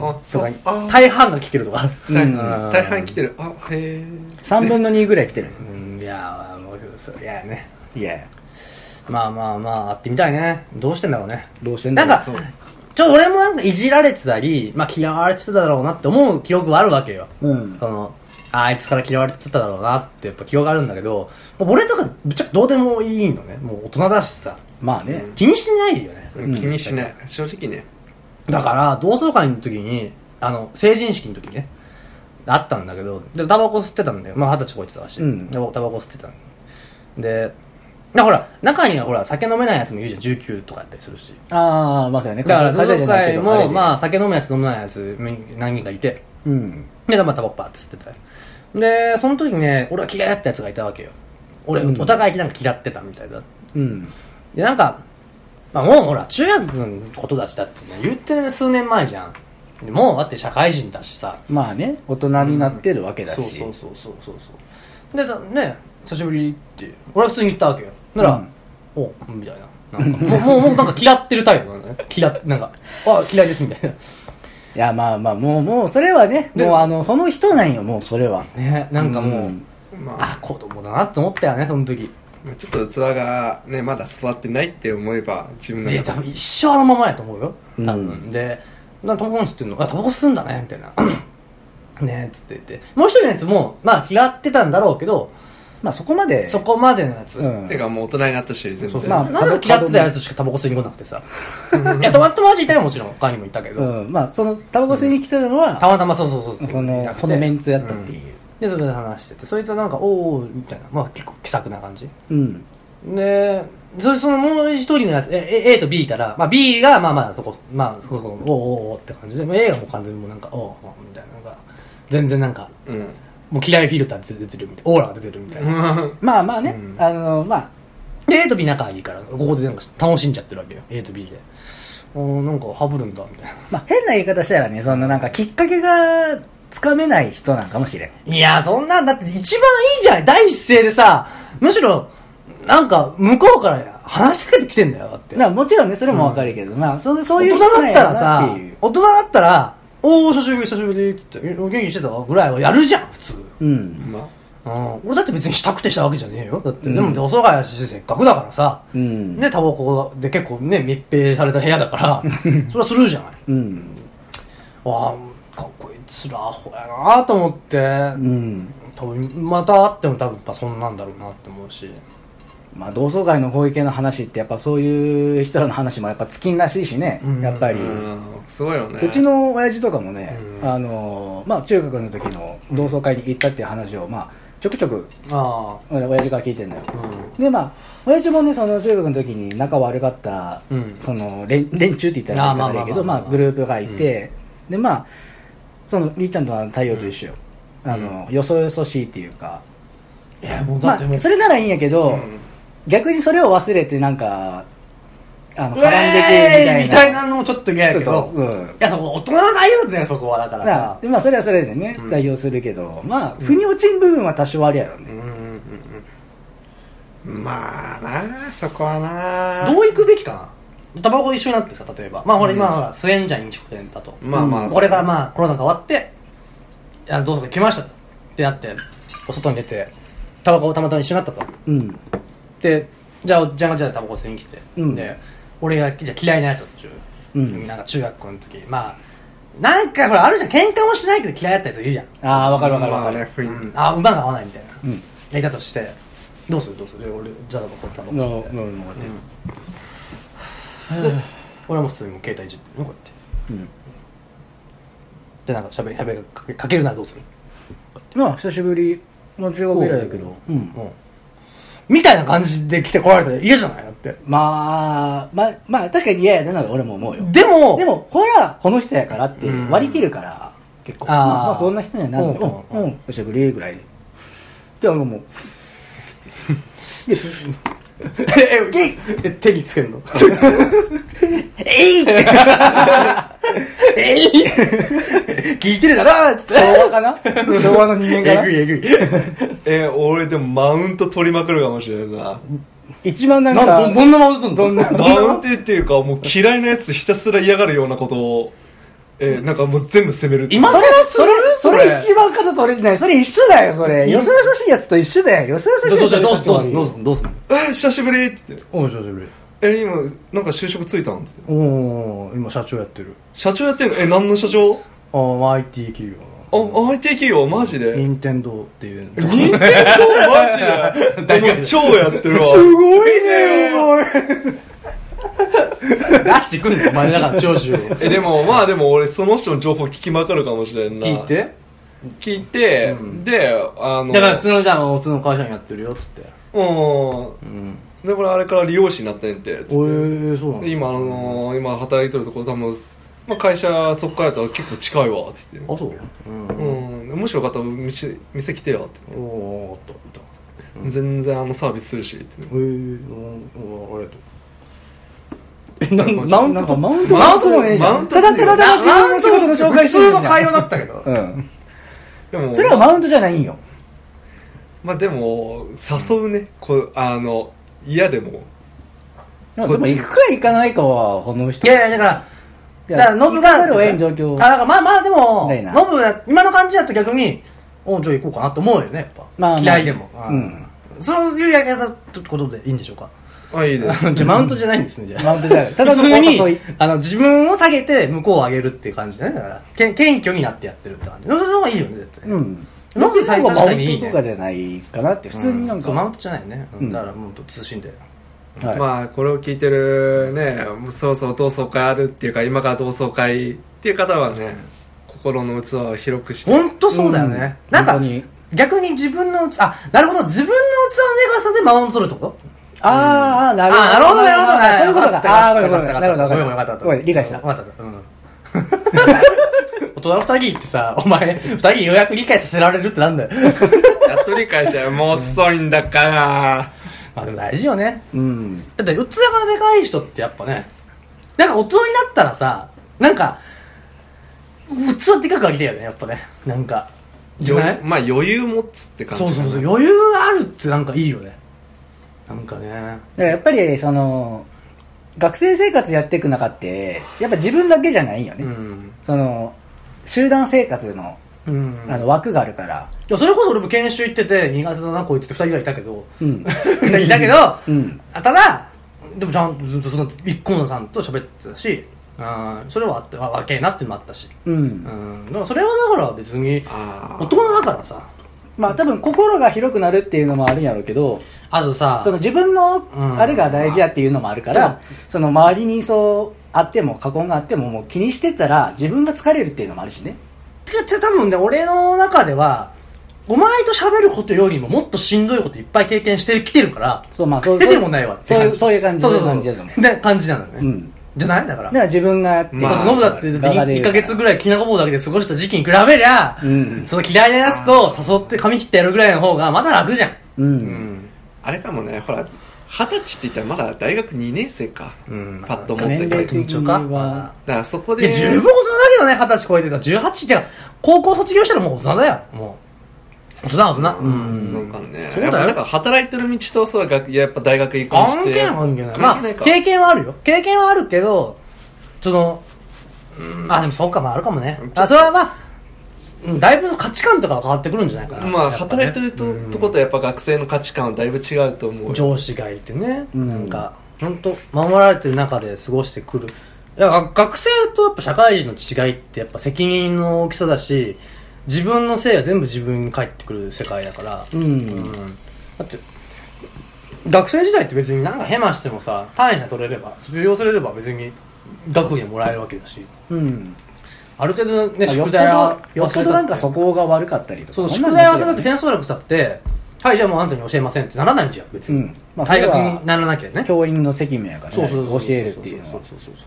S4: あ、
S2: そ
S4: そうう。あー、
S2: 大半が聞けるとか
S3: う
S4: 大
S3: ん
S4: 半大半来てる。あ、へ
S3: 3分の2ぐらい来てる。
S2: うんいやもうそういやね
S3: いや
S2: まあまあまあ、会ってみたいね。どうしてんだろうね。
S3: どうしてんだ
S2: なん
S3: ろう
S2: か、ちょっと俺もなんかいじられてたり、まあ嫌われてただろうなって思う記憶はあるわけよ。
S3: うん。
S2: その、ああいつから嫌われてただろうなってやっぱ記憶があるんだけど、もう俺とかぶっちゃけどうでもいいのね。もう大人だしさ。
S3: まあね。
S2: 気にしてないよね。
S4: え。気にしない。正直ね。
S2: だから、同窓会の時に、あの、成人式の時にね、あったんだけど、で、タバコ吸ってたんだよ。まあ、二十歳超えてたし、
S3: うん
S2: でタバコ吸ってたので、なほら、中にはほら、酒飲めないやつもいるじゃん、19とかやったりするし。
S3: ああ、まあそうやね。
S2: だから、同
S3: 会社じ
S2: 窓
S3: ゃないけ
S2: 会
S3: ど
S2: も、ま
S3: あ
S2: あ、酒飲むやつ飲まないやつ、何人かいて、
S3: れで。うん。
S2: で、まあ、タバコパーって吸ってたよで、その時ね、俺は嫌いだったやつがいたわけよ。俺、
S3: うん
S2: お互いなんか嫌ってたみたいだ。
S3: うん。
S2: で、なんか、まあ、もうほら、中学のことだしだってね、言って、ね、数年前じゃん。でもう、だって社会人だしさ。
S3: まあね、大人になってるわけだ
S2: そ
S3: し。
S2: うそうそうそうそうそうでだね久しぶりって俺は普通に言ったわけよなら、おうみたいななんかもうもうもうなんか嫌ってる態度なの ね嫌っなんかあ嫌いですみたい
S3: いや、まあまあ、もう、もう、それはね、
S2: で
S3: もう、あの、その人なんよ、もう、それは。
S2: なねなんかもう、
S3: うん
S4: ま
S2: あ子供だなって思ったよねその時
S4: あ、ちょっと器がね、まだ育ってないって思えば、自分の
S2: で多
S4: 中で。
S2: 分一生あのままやと思うよ多分、
S3: うん
S2: でなタバコ吸ってんのあタバコ吸うんだねみたいな ねえつって言ってもう一人のやつもまあ嫌ってたんだろうけど
S3: まあ、そこまで。
S2: そこまでのやつ、
S3: うん
S4: てか、もう大人になったし、全
S2: そう
S4: 然。
S2: ま
S3: ま
S2: あ、
S3: あ
S2: なんで嫌ってたやつしかタバコ吸いに来なくてさ。いや、トマトマジいたよ、もちろん。他にもいたけど。
S3: うん。まあ、その、タバコ吸いに来てたの
S2: た
S3: は、
S2: またまそうそうそうそう。
S3: そ
S2: いなく、
S3: の
S2: て
S3: このメンツやったっていう。
S2: で、それで話してて。そいつはなんか、おーおー、みたいな。まあ、結構気さくな感じ。
S3: うん。
S2: で、そそのもう一人のやつ、ええ A と B いたら、まあ B が、まあまあそこ、まあそこそこ、おうおうおうって感じで、もう A がもう完全にもうなんか、おうおうみたいな、なんか、全然なんか、
S4: うん。
S2: もう嫌いフィルター出てるみたいな、オーラが出てるみたいな。
S3: まあまあね、あのまあ
S2: で、A と B 仲いいから、ここでなんか楽しんじゃってるわけよ、A と B で。おーなんかハブるんだ、みたいな。
S3: まあ変な言い方したらねそのなんかきっかけがつかめない人なんかもしれん
S2: いや、そんなんだって一番いいじゃない第一声でさ、むしろ、なんか、向こうから話しかけてきてんだよ、だって。
S3: なもちろんねそれもわかるけど、まあそうそうい
S2: 大
S3: う
S2: 人だったら
S3: なんやな
S2: さ
S3: っていう、
S2: 大人だったら、おー、久しぶり、久しぶりって言って、えお元気してたぐらいはやるじゃん、普通。
S3: うん
S4: まあ、
S2: うん、俺だって別にしたくてしたわけじゃねえよ。だって、
S3: うん
S2: でも、おそがやし、せっかくだからさ、
S3: うん
S2: ね、タバコで結構ね、密閉された部屋だから、それはするじゃない。
S3: うん
S2: わあ、かっこいい、つらアホやなと思って、
S3: うん
S2: 多分また会っても多分やっぱそんなんだろうなって思うし
S3: まあ同窓会の保育園の話ってやっぱそういう人らの話もやっぱ尽きんらしいしね、
S2: うん
S3: やっぱ
S4: う
S3: り、
S4: ん、すごいよね。
S3: うち、の親父とかもね、
S2: うん
S3: あのまあ、中学の時の同窓会に行ったっていう話を、まあ、ちょくちょく
S2: あ
S3: 親父から聞いてるのよ
S2: あうん
S3: でまあ親父もねその中学の時に仲悪かった、
S2: うん
S3: その連連中って言ったらなんか悪いけど
S2: まあまあまあまあ
S3: まあグループがいて、でまあそのりっちゃんとは太陽と一緒よ、
S2: ん
S3: あのよそよそしいっていうか、
S2: いやもうだ
S3: ま
S2: ってもう、
S3: あ、それならいいんやけど、
S4: うん
S3: 逆にそれを忘れてなんかあの
S2: う
S3: 絡んで
S2: え
S3: け
S2: ー
S3: み
S2: み
S3: た
S2: た
S3: い
S2: い
S3: な
S2: なのもちょっと嫌やけ
S3: ちょっ
S2: ど
S3: と、うん
S2: いやそこ大人の対応だよそこはだから
S3: な
S2: さ
S3: でまあそれはそれでね
S2: うん
S3: 対応するけど、まあ腑に落ちん部分は多少あるやろ
S4: う
S3: ね、
S4: んうんうん。まあな、そこはな。
S2: どう行くべきかなタバコ一緒になってさ例えばまあほら
S4: うん
S2: 今ほらスエンジャー飲食店だと、
S4: まあまあ、
S2: これからまあコロナが終わってあのどうぞ来ましたってなってお外に出てタバコをたまたま一緒になったと
S3: うん
S2: でじゃあおっちゃんがじゃあタバコ吸いに来て、
S3: うん
S2: で俺がじゃあ嫌いなやつだっちゅう、
S3: うん
S2: なんか中学校の時まあなんかほらあるじゃん喧嘩もしないけど嫌いだったやついるじゃん、
S3: ああわかるわかるわか
S4: まあ
S3: る
S4: ね、、雰囲
S2: うん、あ馬が合わないみたいな、
S3: うん
S2: やりたとしてどうするどうするで俺じゃあタバコタバコ
S3: の
S2: 吸って、
S3: のの
S2: で俺はもう普通にもう携帯いじってるのこうやって
S3: うん
S2: でなんかしゃべりしゃべりかけかけるならどうする
S3: まあ久しぶりの中学以来だけど、
S2: う、
S3: うんん、
S2: みたいな感じで来てこられたら嫌じゃないだって
S3: まあまあまあ確かに嫌やなのは俺も思うよ
S2: でも
S3: でもほらこの人やからって
S4: うん
S3: 割り切るから、結構
S2: あー
S3: まあ、まあそんな人にはなる
S2: うん
S3: うんうん久しぶりぐらいでで俺ももうで
S2: えええ手につけるの
S3: えいって
S2: えい聞いてるだろっつって
S3: 昭和かな昭和の人間かな
S2: えぐいえ
S1: え、俺でもマウント取りまくるかもしれんな。
S3: 一番な
S2: ぐい
S3: ん
S2: な
S3: か
S2: んどどんなマウントどんな
S1: マウントっていうか、もう嫌いなやつひたすら嫌がるようなことを、えなんかもう全部責めるっていう。
S2: 今
S3: それ
S2: そ
S3: そ
S2: れ
S3: れ
S2: そ
S3: そ
S2: れ
S3: れ一番肩取れてないそれ一緒だよそれよそよそしいやつと一緒だよよそよそしいやつと一緒だよ
S2: んどうすん
S1: え久しぶりって言って。
S2: おう久しぶり
S1: え、今、なんか就職ついたんって。
S2: おお今社長やってる
S1: 社長やってんのえ、何の社長
S2: ああ IT 企業
S1: あ、IT 企業マジで
S2: 任天堂っていう
S1: 任天堂マ ジでもう超やってるわ。
S2: ごいねお前出してくんのお前だから長州を
S1: え、でも、まあでも俺その人の情報聞きまくるかもしれんな。
S2: 聞いて
S1: 聞いて、
S2: うん
S1: で、あの、
S2: だから普通のじゃあ普通の会社員やってるよっつって
S1: うん。
S2: うん
S1: で、これあれから利用師になってんて。
S2: おえそうなん
S1: で今、あのー今働いてるところ多分、まあ、会社そこからやったら結構近いわって言って
S2: あそう
S1: う
S2: うん
S1: ん、もしよかったら店店来てよって
S2: おおあったあった
S1: 全然あのサービスするしって
S2: えー、おおありがとう。え、なんか、マウン
S3: なん
S2: ト
S3: か
S2: と
S3: マウント
S2: マウント
S3: もねえじ
S1: マ
S3: ゃ
S1: ウン
S3: ん
S1: ト
S3: ただただただ自分の仕事の紹介する
S2: 普
S3: じ
S2: 通の会
S3: ゃ
S2: 話だったけど。
S3: ん、うん、
S1: でも
S3: それはマウントじゃないんよ
S1: まあでも誘うねこうあの嫌でも
S3: でも行くか行かないかはこの
S2: い
S3: 人
S2: やいや、だから、だから、ノブ
S3: 行か
S2: が、
S3: ざるを得ん状
S2: あ、
S3: 況
S2: だからまあまあ、でも
S3: ない、な
S2: ノブや、今の感じだと逆に、おうじゃあ行こうかなと思うよね、やっぱ。
S3: まあまあ
S2: 嫌いでも。
S3: うん
S2: そういうやり方ってことでいいんでしょう か。
S1: あいい です
S2: じゃあ、マウントじゃないんですね、じゃあ。
S3: マウントじゃないただの
S2: 普通に
S3: お誘い、
S2: あの、自分を下げて、向こうを上げるっていう感じだね。だから、けん謙虚になってやってるって感じ。それの方がいいよね、絶対ね。
S3: うん
S2: ノブ最初確
S3: マ
S2: か
S3: ウ
S2: にいい
S3: ント
S2: ね
S3: とか。じゃないかなって普通になんか、
S2: マウントじゃないよね、
S3: うん
S2: だからもう通信で
S3: はい
S4: まあこれを聞いてるねもうそろそろ同窓会あるっていうか今から同窓会っていう方はね心の器を広くして
S2: 本当そうだよね、
S3: うん
S2: なんか
S3: 本当に
S2: 逆に自分の器あなるほど自分の器のでかさでマウント取るってこと
S3: あーあー、なるほど。
S2: あなるほど、なるほど。
S3: あーそういうこと
S2: よ
S3: か。ああー、ごめんご
S2: か
S3: め
S2: っ
S3: ん。
S2: た
S3: なるほど、
S2: よかったよ
S3: わ
S2: かっ
S3: かっ
S2: よ
S3: たた。
S2: かった
S3: ごめん、理解した。
S2: わかった。うん 大人二人ってさ、お前、二人にようやく理解させられるってなんだよ。
S4: やっと理解したよ。もう遅いんだから。
S2: まあでも大事よね。
S3: うん。
S2: だって、器がでかい人ってやっぱね、なんか大人になったらさ、なんか、器でかくありたいよね、やっぱね。なんか。じゃな
S4: 余
S2: い
S4: まあ余裕持つって感じ
S2: そう
S4: かな。
S2: そうそう、余裕あるってなんかいいよね。なんかね。
S3: だからやっぱり、その、学生生活やっていく中って、やっぱ自分だけじゃないよね。
S2: うん。
S3: その、集団生活の
S2: うん。
S3: あの枠があるから。
S2: いや、それこそ俺も研修行ってて、苦手だな、こいつって二人ぐらいいたけど、
S3: うん。
S2: 二人いたけど、
S3: うん。
S2: あただ、でもちゃんとずっとその、一個のさんと喋ってたし、あーそれはあって、わけえなっていうのもあったし。
S3: う。
S2: うんん。だからそれはだから別に、
S4: あ
S2: 大人だからさ、
S3: まあ多分心が広くなるっていうのもあるんやろうけど、
S2: あとさ、
S3: その自分の
S2: うん
S3: あれが大事やっていうのもあるから、その周りにそうあっても、過言があってももう気にしてたら自分が疲れるっていうのもあるしね。
S2: てか、てか多分ね、俺の中では、お前と喋ることよりももっとしんどいこといっぱい経験してきてるから、
S3: そう、まあそう
S2: 出てもないわって
S3: そういう
S2: 感じ
S3: そうい
S2: そうそう
S3: う感じそういう感じ
S2: そ
S3: や
S2: う
S3: と思う。
S2: ね感じなの
S3: う
S2: ね。
S3: ん。
S2: じゃないだから
S3: だ。から自分がやって、
S4: まあ
S2: だってノブだって
S3: バカで
S2: 1ヶ月ぐらいきなこ棒だけで過ごした時期に比べりゃ、
S3: うん
S2: その嫌いなやつと誘って髪切ってやるぐらいの方がまだ楽じゃん。
S3: う。
S4: うんん。あれかもね、ほら、二十歳って言ったらまだ大学2年生か。
S2: うん
S4: パッと思った
S3: 年
S4: けど。
S3: 齢
S4: だ
S3: 的には。
S4: からそこ
S2: いや、
S4: で。
S2: 十分大人だけどね、二十歳超えてた。十八ってか、高校卒業したらもう大人だよ。もう。大人、大人。
S4: うん、そうかね。
S2: そうだよ
S4: やっぱなんか働いてる道と、そう学、やっぱ大学行こう
S2: 関
S4: して。
S2: 係ない関係ない。ま
S4: 関
S2: あ
S4: 係ない、か。
S2: 経験はあるよ。経験はあるけど、その、あ、でもそうか、まああるかもね
S4: うん。
S2: あ、それはまあ、うんだいぶ価値観とかは変わってくるんじゃないかな。
S4: まあ、
S2: やっぱね
S4: 働いてるととことやっぱ学生の価値観はだいぶ違うと思うよ。
S2: 上司がいてね、
S3: うん
S2: なんか本当守られてる中で過ごしてくるいやが学生とやっぱ社会人の違いってやっぱ責任の大きさだし自分のせいは全部自分に返ってくる世界だから、
S3: う
S2: うん
S3: ん。
S2: だって学生時代って別になんかヘマしてもさ単位が取れれば卒業されれば別に学位はもらえるわけだし
S3: うん。
S2: ある程度ね
S3: よ
S2: 宿
S3: っぽ
S2: 題は忘れたっ
S3: ど、よっぽどなんかそこが悪かったりとか。
S2: そう
S3: そんな
S2: 宿
S3: ん
S2: 題
S3: だ
S2: は
S3: け
S2: 忘れた
S3: ど
S2: って点数悪くしたってはいじゃあもうあんたに教えませんってならないじゃん別に、
S3: うんまあそ
S2: 大
S3: れは
S2: 学にならなきゃね
S3: 教員の責務やからね、
S2: そうそうそう
S3: 教えるっていうのは。
S2: そうそうそうそう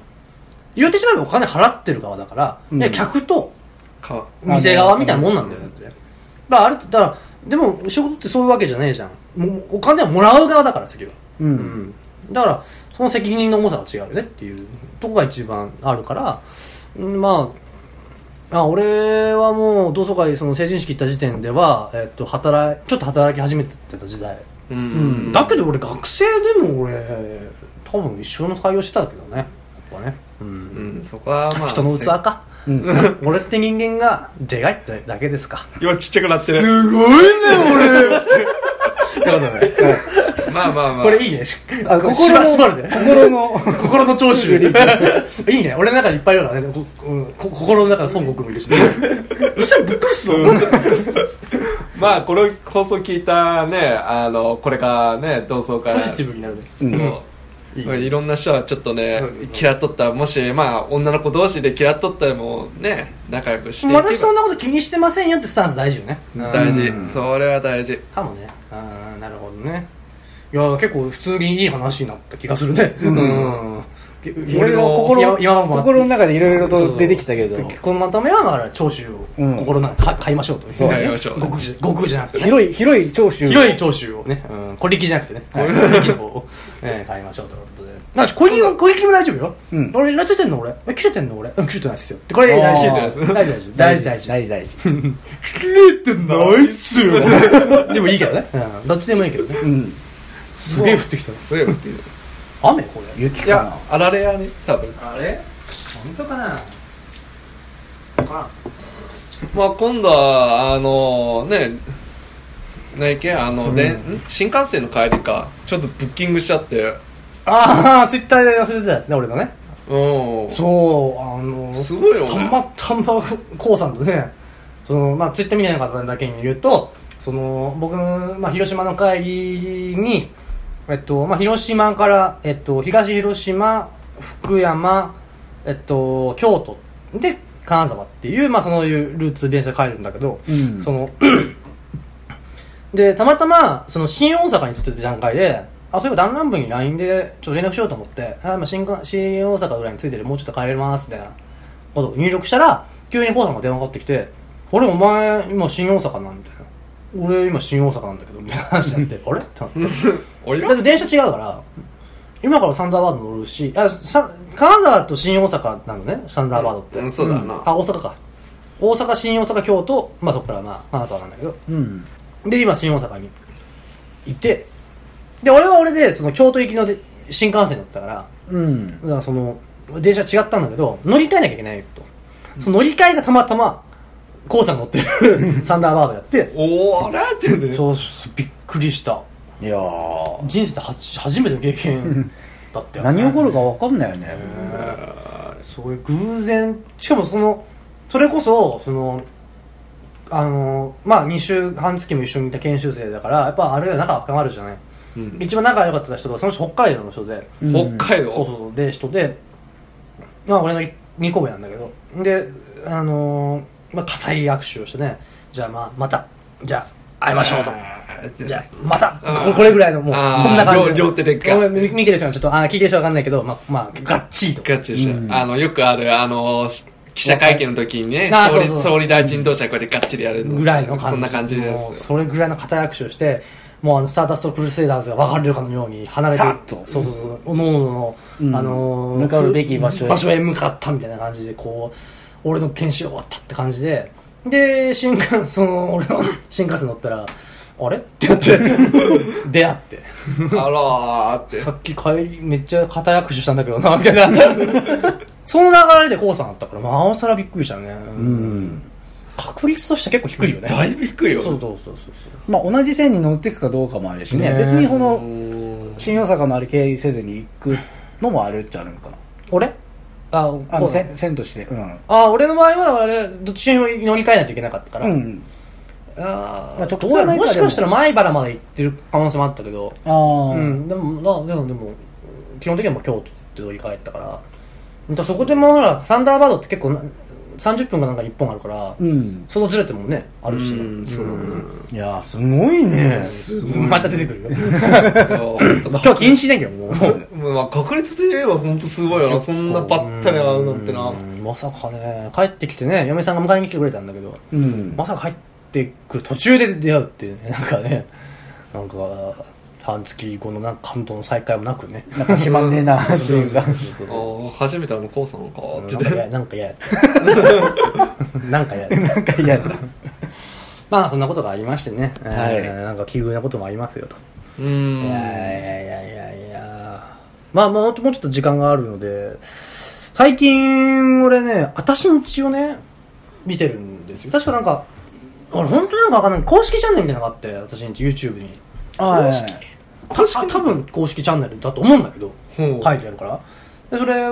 S2: 言ってしまえばお金払ってる側だから、
S3: うん
S2: いや客と
S4: か
S2: 店側みたいなもんなんだよ
S4: う
S2: だっ
S4: ん
S2: て、だからあるだからでも仕事ってそういうわけじゃねえじゃんもうお金はもらう側だから次は
S3: う。
S2: うんだからその責任の重さが違うよねっていうとこが一番あるからうんまああ俺はもう同窓会その成人式行った時点では、えっと、働いちょっと働き始めてた時代
S3: う
S4: う
S3: ん
S4: ん。
S2: だけど俺学生でも俺多分一生の採用してたけどねやっぱね、う、
S4: うんん、そこはまあ。
S2: 人の器か
S3: うん。
S2: 俺って人間がでかいってだけですか
S1: 今ちっちゃくなってる。
S4: すごいね、
S2: ってことだね
S4: 俺。 まあまあまあ。
S2: これいいね
S3: あ
S2: これ縛る縛るで
S3: 心の、
S2: 心の長州いいね俺の中にいっぱいいるからねこうんこ心の中の孫悟空もいるしねそしたらびっくりするぞ
S4: まあ、これ放送聞いたね、あの、これからね、同窓 会。
S2: ポジティブになるね
S3: うん
S4: そう
S2: いい
S4: まあいろんな人はちょっとね、嫌っとった、もし、まあ、女の子同士で嫌っとったらもうね、仲良くしていけば
S2: 私そんなこと気にしてませんよってスタンス大事よね
S4: 大事、
S3: うん
S4: それは大事。
S2: かもねああなるほどねいや結構普通にいい話になった気がするねうん、
S3: 俺の心の、
S2: いや今ま
S3: 心の中でいろいろ
S2: そう
S3: と
S2: そう
S3: 出てきたけど、
S2: このまとめはだから長州を
S3: うん
S2: 心の中で買いましょうと
S4: そう買いましょう
S2: 悟空じゃ悟空じゃなくてね
S3: 広い、広い長州。
S2: 広い長州をね、うん、小力じゃなくてね、小力の方を、えー買いましょうということで。なんか小力は、小力も大丈夫よ。
S3: うん
S2: 俺、ラついてんの俺。え、切れてんの俺。うん、切れてないっすよ。でこれ
S3: あ
S2: 大
S3: ー
S2: 事大事大事大事大事。
S3: 大事大事。
S2: 切れてないっすよ。 でもいいけどね。うん、どっちでもいいけどね。
S3: うん。
S2: すげえ降ってきた。
S4: そういうこと言う
S2: 雨これ。
S3: 雪
S4: い
S3: かな
S4: や、。あられやね、多分。
S2: あれ本当かな
S4: まあ、今度は、あのね、ないけあの、でん新幹線の帰りか、ちょっとブッキングしちゃって、
S2: ああ、ツイッターで忘れてたやつね、俺のね。
S4: うん。
S2: そう、あの
S4: すごいよね
S2: たまたま、こうさんとね、その、まあ、ツイッターみたいな方だけに言うと、その、僕、まあ、広島の会議に、えっと、まあ、広島から、えっと、東広島、福山、えっと、京都で、金沢っていう、まあ、そういうルートで電車で帰るんだけど、
S3: うん
S2: その、で、たまたま、その、新大阪に着いてた段階で、あ、そういえば、弾丸部に LINE で、ちょっと連絡しようと思って、あ、今新幹、新大阪ぐらいについてる、もうちょっと帰れます、みたいなことを入力したら、急にコウさんが電話かかってきて、俺、お前、今新大阪なんみたいな。俺、今新大阪なんだけど、みたいな話になって、あれってなって。
S4: 俺
S2: だって電車違うから、今からサンダーバード乗るし、あ、さ金沢と新大阪なのね、サンダーバードって。
S4: うんそうだな
S2: あ、大阪か。大阪、新大阪、京都、まあそこからまあ、金沢なんだけど。
S3: うん。
S2: で、今、新大阪にいて、で、俺は俺で、その京都行きので新幹線だったから、
S3: うん。
S2: だからその、電車違ったんだけど、乗り換えなきゃいけないと。その乗り換えがたまたま、コウさん乗ってるサンダーバードやって、
S1: おおあれって言うんで
S2: そうそう、びっくりした。
S3: いやー
S2: 人生で初初めての経験だったよ、ね、
S3: 何起こるか分かんないよね。
S2: すごい偶然しかもそのそれこそそのあのまあ2週半月も一緒にいた研修生だからやっぱあれは仲深まるじゃない、
S4: うん
S2: 一番仲良かった人がその人北海道の人で、
S3: うん
S4: 北海
S2: そう
S4: 道
S2: そうで人でまあ俺の2個上なんだけどであのまあ固い握手をしてねじゃあまあまたじゃあ会いましょうとじゃあまた
S4: あー
S2: ここれぐらいのもうこん
S4: あー
S2: な感じ
S4: 両両手でガッ
S2: ごめん見見てる人はちょっとあー聞いてる人は分かんないけどまあまあガッチリと
S4: ガチでした、
S3: うん
S4: あのよくあるあのし記者会見の時にね
S2: あ
S4: 総理
S2: そうそう
S4: 総理大臣同士はこうやってがっちりやるの
S2: ぐらいの感じ
S4: そんな感じで
S2: もう
S4: す
S2: それぐらいの固い握手をしてもうあのスターダストクルセイダーズが分かれるかのように離れて
S3: さっと
S2: そうそうそうおのおの
S3: う
S2: の
S3: ん
S2: あのー
S3: 向かうべき場所へ
S2: 場所へ向かったみたいな感じでこう俺の研修終わったって感じでで新幹その俺の 新幹線乗ったらあれってなって 出会って
S4: あらーって
S2: さっき帰りめっちゃ固い握手したんだけどなみたいなその流れで KOO さんあったから、まあ、なおさらびっくりしたね、
S3: うん。
S2: 確率として結構低いよね
S4: だいぶ低いよ
S2: そうそうそうそう
S3: まあ同じ線に乗っていくかどうかもあるしね。
S2: ね
S3: 別にこ
S4: う
S3: の、
S4: ーん
S3: 新大阪のあれ経由せずに行くのもあるっちゃあるのかな。
S2: 俺あ
S3: あ
S2: こうだ
S3: の、
S2: ね
S3: 線線として。うん。
S2: あ俺の場合はあれどっちに乗り換えないといけなかったから、
S3: うん。
S2: あ
S3: ま
S2: あ
S3: あ直
S2: ど
S3: 通
S2: うや
S3: は
S2: ら
S3: ないか
S2: もしかしたら前原まで行ってる可能性もあったけど
S3: ああ。
S2: うんでもなでもでも基本的にはもう京都って乗り換えたからまたそこでもうほらサンダーバードって結構な30分かなんか1本あるから、
S3: うん。
S2: そのずれてもねあるしね、
S4: うんそうだない
S3: やーすごいね。
S2: また出てくるよ
S4: や本当だ
S2: 今日禁止だけどもう
S4: まあ確率で言えば本当すごいよなそんなばったり会うなんてな
S2: うんまさかね帰ってきてね嫁さんが迎えに来てくれたんだけど
S3: うん。
S2: まさか入ってくる途中で出会うっていうね、 なんかね、なんか、半月後のなんか関東の再会もなくね。
S3: なんかしまんねえな、シーンが。
S2: そう
S4: あー初めてあのコウさんか
S2: そう
S4: って
S2: なんか嫌
S4: 言って
S2: や、なんか嫌や。 なんか嫌や。
S3: なんか嫌だ。
S2: まあそんなことがありましてね、
S3: はい
S2: えーなんか奇遇なこともありますよと。
S4: う
S2: いや
S4: ーん
S2: いやいやいやいやまあもうもうちょっと時間があるので、最近俺ね、私の血をね、見てるんですよ。確かなんか、俺本当なんかわかんない。公式チャンネルみたいなのがあって、私の血 YouTube に。
S3: はい。
S2: たあ多分公式チャンネルだと思うんだけど、
S4: ほ
S2: 書
S4: う
S2: いてあるから。で、それが、あ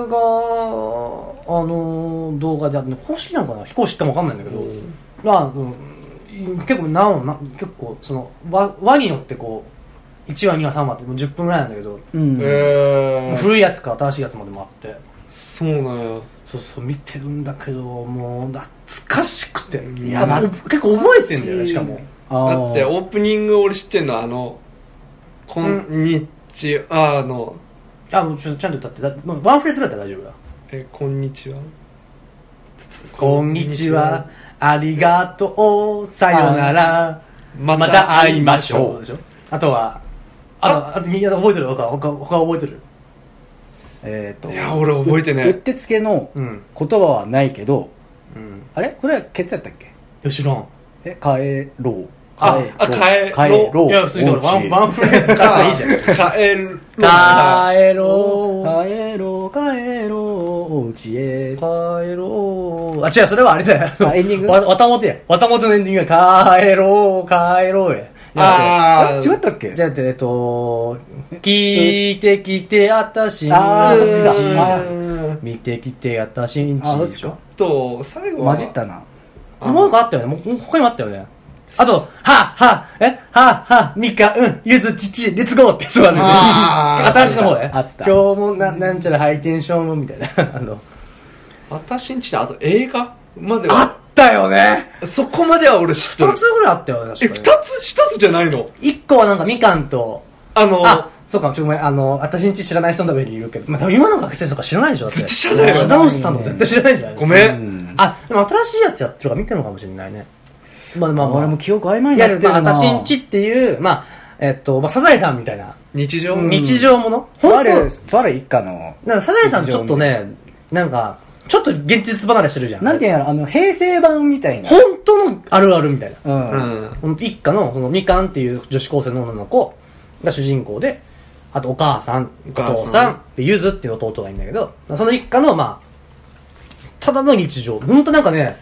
S2: のー動画であって、公式なのかな非公式かもわかんないんだけど、まあ、うん結構、なおな、結構、その、輪輪に乗ってこう、1話、2話、3話ってもう10分ぐらいなんだけど、
S3: うん。
S4: えー
S2: 古いやつから新しいやつまでもあって、
S4: そうなんや
S2: そうそう、見てるんだけど、もう、懐かしくて。
S4: いや懐
S2: 結構覚えてんだよね、しかも。
S3: あー
S4: だってオープニング俺知ってんのあの「こんにちは」あの
S2: あ、もうちょっとちゃんと歌って、だまあワンフレーズだったら大丈夫だ。
S4: 「えこんにちは
S2: こんにちは、ありがとう、さよなら、」
S4: ま
S2: また会いましょう。でしょあとは、あと、あとみんな覚えてる他、他、他覚えてる
S3: えっと。
S4: いや俺覚えてね
S3: ううってつけの
S2: うん。
S3: 言葉はないけど、
S2: うん。
S3: あれこれはケツやったっけ
S2: よしろん。
S3: え、帰ろう。
S4: ああ
S3: 帰ろ
S2: い
S3: う。
S2: や、普通にだからワン、ワ
S3: ン。
S2: ンフレーズ買ったらいいじゃん。
S4: 帰る
S2: 帰ろ
S3: 帰ろう、帰ろう、お家へ
S2: う。。帰ろう。あ、違う、それはあれだよ。
S3: あエンディング
S2: わ、わたもとや。わたもとのエンディングが、帰ろう、帰ろうや。
S4: あ
S3: あ
S4: ー
S3: 違ったっけ
S2: じゃあ、えっと、聞いてきて、あたしんち。
S3: あーそっちだあ
S2: 見てきて、あたしんち。
S3: あ、どっちか
S4: と最後は
S3: 混じったな。
S4: あ
S2: もうあったよね。もう他にもあったよね。あと、は、は、え、は、は、みか、うん、ゆず、ちち、レッツゴーって座るね。
S4: あー
S2: 新しいの方ね。
S3: あった
S2: 今日もな、なんちゃらハイテンションもみたいな。 あの、
S4: 私んちだあと映画まで
S2: あ
S4: は
S2: ったよね。
S4: そこまでは俺知って
S2: 一
S4: る
S2: つぐらいあったよね、
S4: え
S2: 確
S4: 二
S2: か
S4: つ
S2: ね。
S4: 一つじゃないの
S2: 一個はなんかみかんと、
S4: あの
S2: あ、そうか、ちょ、ごめん、あの、私んち知らない人のために言うけど、まあ、でも今の学生とか知らないでしょだって
S1: 絶対知らないよ
S2: ダウスさんの絶対知らないんじゃない
S1: ごめ。
S2: うんあ、でも新しいやつやってるから見てるのかもしれないね。まあまあ、まあ、
S3: 俺も記憶曖昧
S2: い
S3: にな
S2: や、
S3: っ
S2: で
S3: てる
S2: もま
S3: な
S2: あ、私んちっていう、まあ、えっと、まあ、サザエさんみたいな、
S1: 日常
S2: 日常もの。本当
S3: 誰誰一家の
S2: なんかサザエさんちょっとね、なんか、ちょっと現実離れしてるじゃん。
S3: なんていうんやろあの平成版みたいな
S2: 本当のあるあるみたいな。
S3: うん、
S1: うん。
S2: この一家の、そのみかんっていう女子高生の女の子が主人公で、あとお母さん、お
S1: お母さん
S2: 父さん、でゆずっていう弟がいるんだけど、その一家の、まあ、ただの日常。ほんとなんかね、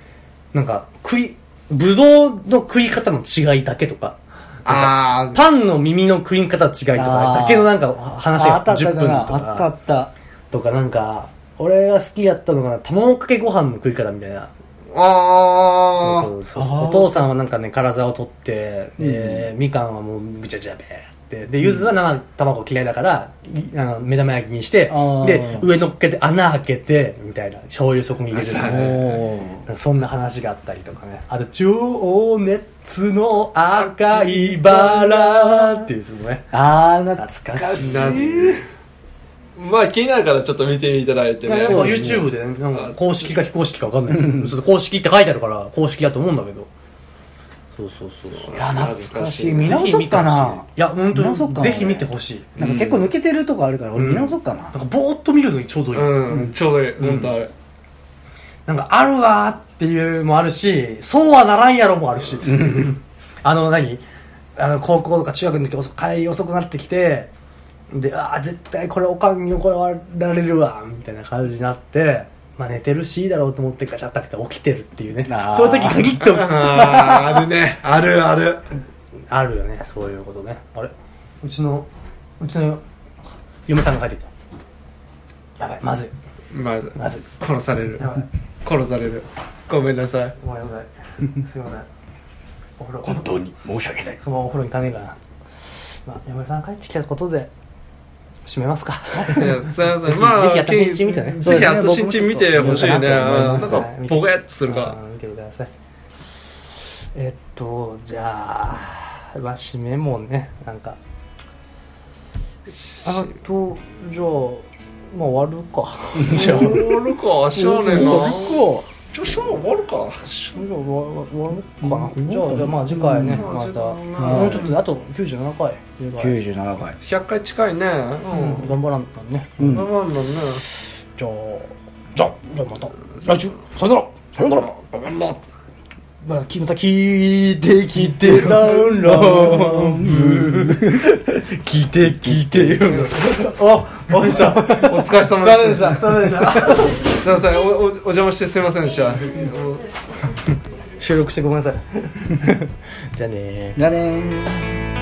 S2: なんか、食い、ぶどうの食い方の違いだけとか、
S1: あ
S2: パンの耳の食い方の違いとか
S3: あー
S2: だけのなんか話
S3: あ
S2: が
S3: ったあった
S2: 10分と
S3: あったあ
S2: か、
S3: った
S2: とかなんか、俺が好きやったのが卵かけご飯の食い方みたいな。
S1: あ。ああ。
S2: そうそう
S3: あ
S2: そう
S3: ー
S2: お父さんはなんかね体を取ってで、みかんはもうぐちゃぐちゃべーってでゆずは生卵嫌いだから、いあの目玉焼きにして
S3: あー
S2: で上乗っけて穴開けてみたいな醤油そこに入れるみたいな
S1: はいはい
S3: お
S2: なんかそんな話があったりとかねあと「情熱の赤いバラ」っていうそのね
S3: あー懐
S2: 懐
S3: か
S2: か
S3: し
S2: し
S3: い
S2: い
S1: なまあ気になるからちょっと見ていただいて
S2: いや
S1: ね。
S2: やっぱ YouTube でねなんか公式か非公式か分かんないちょっと公式って書いてあるから公式だと思うんだけどそうそうそうそう
S3: いや懐かしい
S1: 懐かしい
S3: 見直そっかない
S2: や、本
S3: 見直そ
S2: 当
S3: っ
S2: に、
S3: か
S2: ぜひ見てほしい。
S3: なんか結構抜けてるとこあるから俺見直そっかな、
S2: なんか、ぼーっと見るのにちょうどいい。
S1: うん、ちょうどいい。
S2: ん
S1: 本当あれ。
S2: なんか、あるわーっていうもあるし、そうはならんやろもあるし。あの、何あの、高校とか中学の時遅、帰り遅くなってきて、で、ああ、絶対これおかんに怒られるわ、みたいな感じになって、まあ寝てるしいいだろうと思ってガチャッと開けて起きてるっていうね。
S3: あー
S2: そういう時限って
S1: あーあるね。あるある。
S2: あるよね、そういうことね。あれうちの、うちの嫁さんが帰ってきた。やばい、まずい、
S1: まあ、
S2: まずい。
S1: 殺される
S2: や。ばい。
S1: 殺される。ごめんなさい。
S2: ごめんなさい。すいません。お風呂。本当に申し訳ない。そのままお風呂に行かねえからな。まあ、山田さん帰ってきたことで、閉めますか。
S1: いやすいません。
S2: ひ
S1: まあ、
S2: ぜひ私んち見てね
S1: ぜひ私んち見てほしいね。
S3: そう
S1: う
S3: です
S1: ん
S3: ね
S1: なん
S2: 僕もちょ
S1: か
S2: っと思いますね、
S1: ぼやっとするか
S2: あー見てください。えっと、じゃあ、まあ、締めもね、なんか。あと、じゃあ、まあ、終わる か。
S1: ら。しょうるか、しょうねえ
S2: 終わ
S1: な
S2: る。か。
S1: ちょ、しょう終わるか。
S2: じゃあ終わるかな。じゃあ、じゃあまあ次回ね、
S1: うん
S2: また、
S1: ま
S3: あ
S2: もうちょっとで、あと97回。
S3: 97回
S1: 100回近いね。
S2: うん、頑張らんとね。
S3: うん
S1: うん。なんなんね。
S2: じゃあ、じゃあ、じゃあまた、来週、さよなら、さよなら。
S1: ごめんな。
S2: まあ、きまた聞いてきてダウンラ ブ。聞いて聞いてよ。あ、お疲れ様で
S1: お疲れ様です。すい
S2: 疲れ様でした。
S1: ません。おおお邪魔してすいませんでした。
S2: 収録してごめんなさい。じゃあねー。
S3: じゃあねー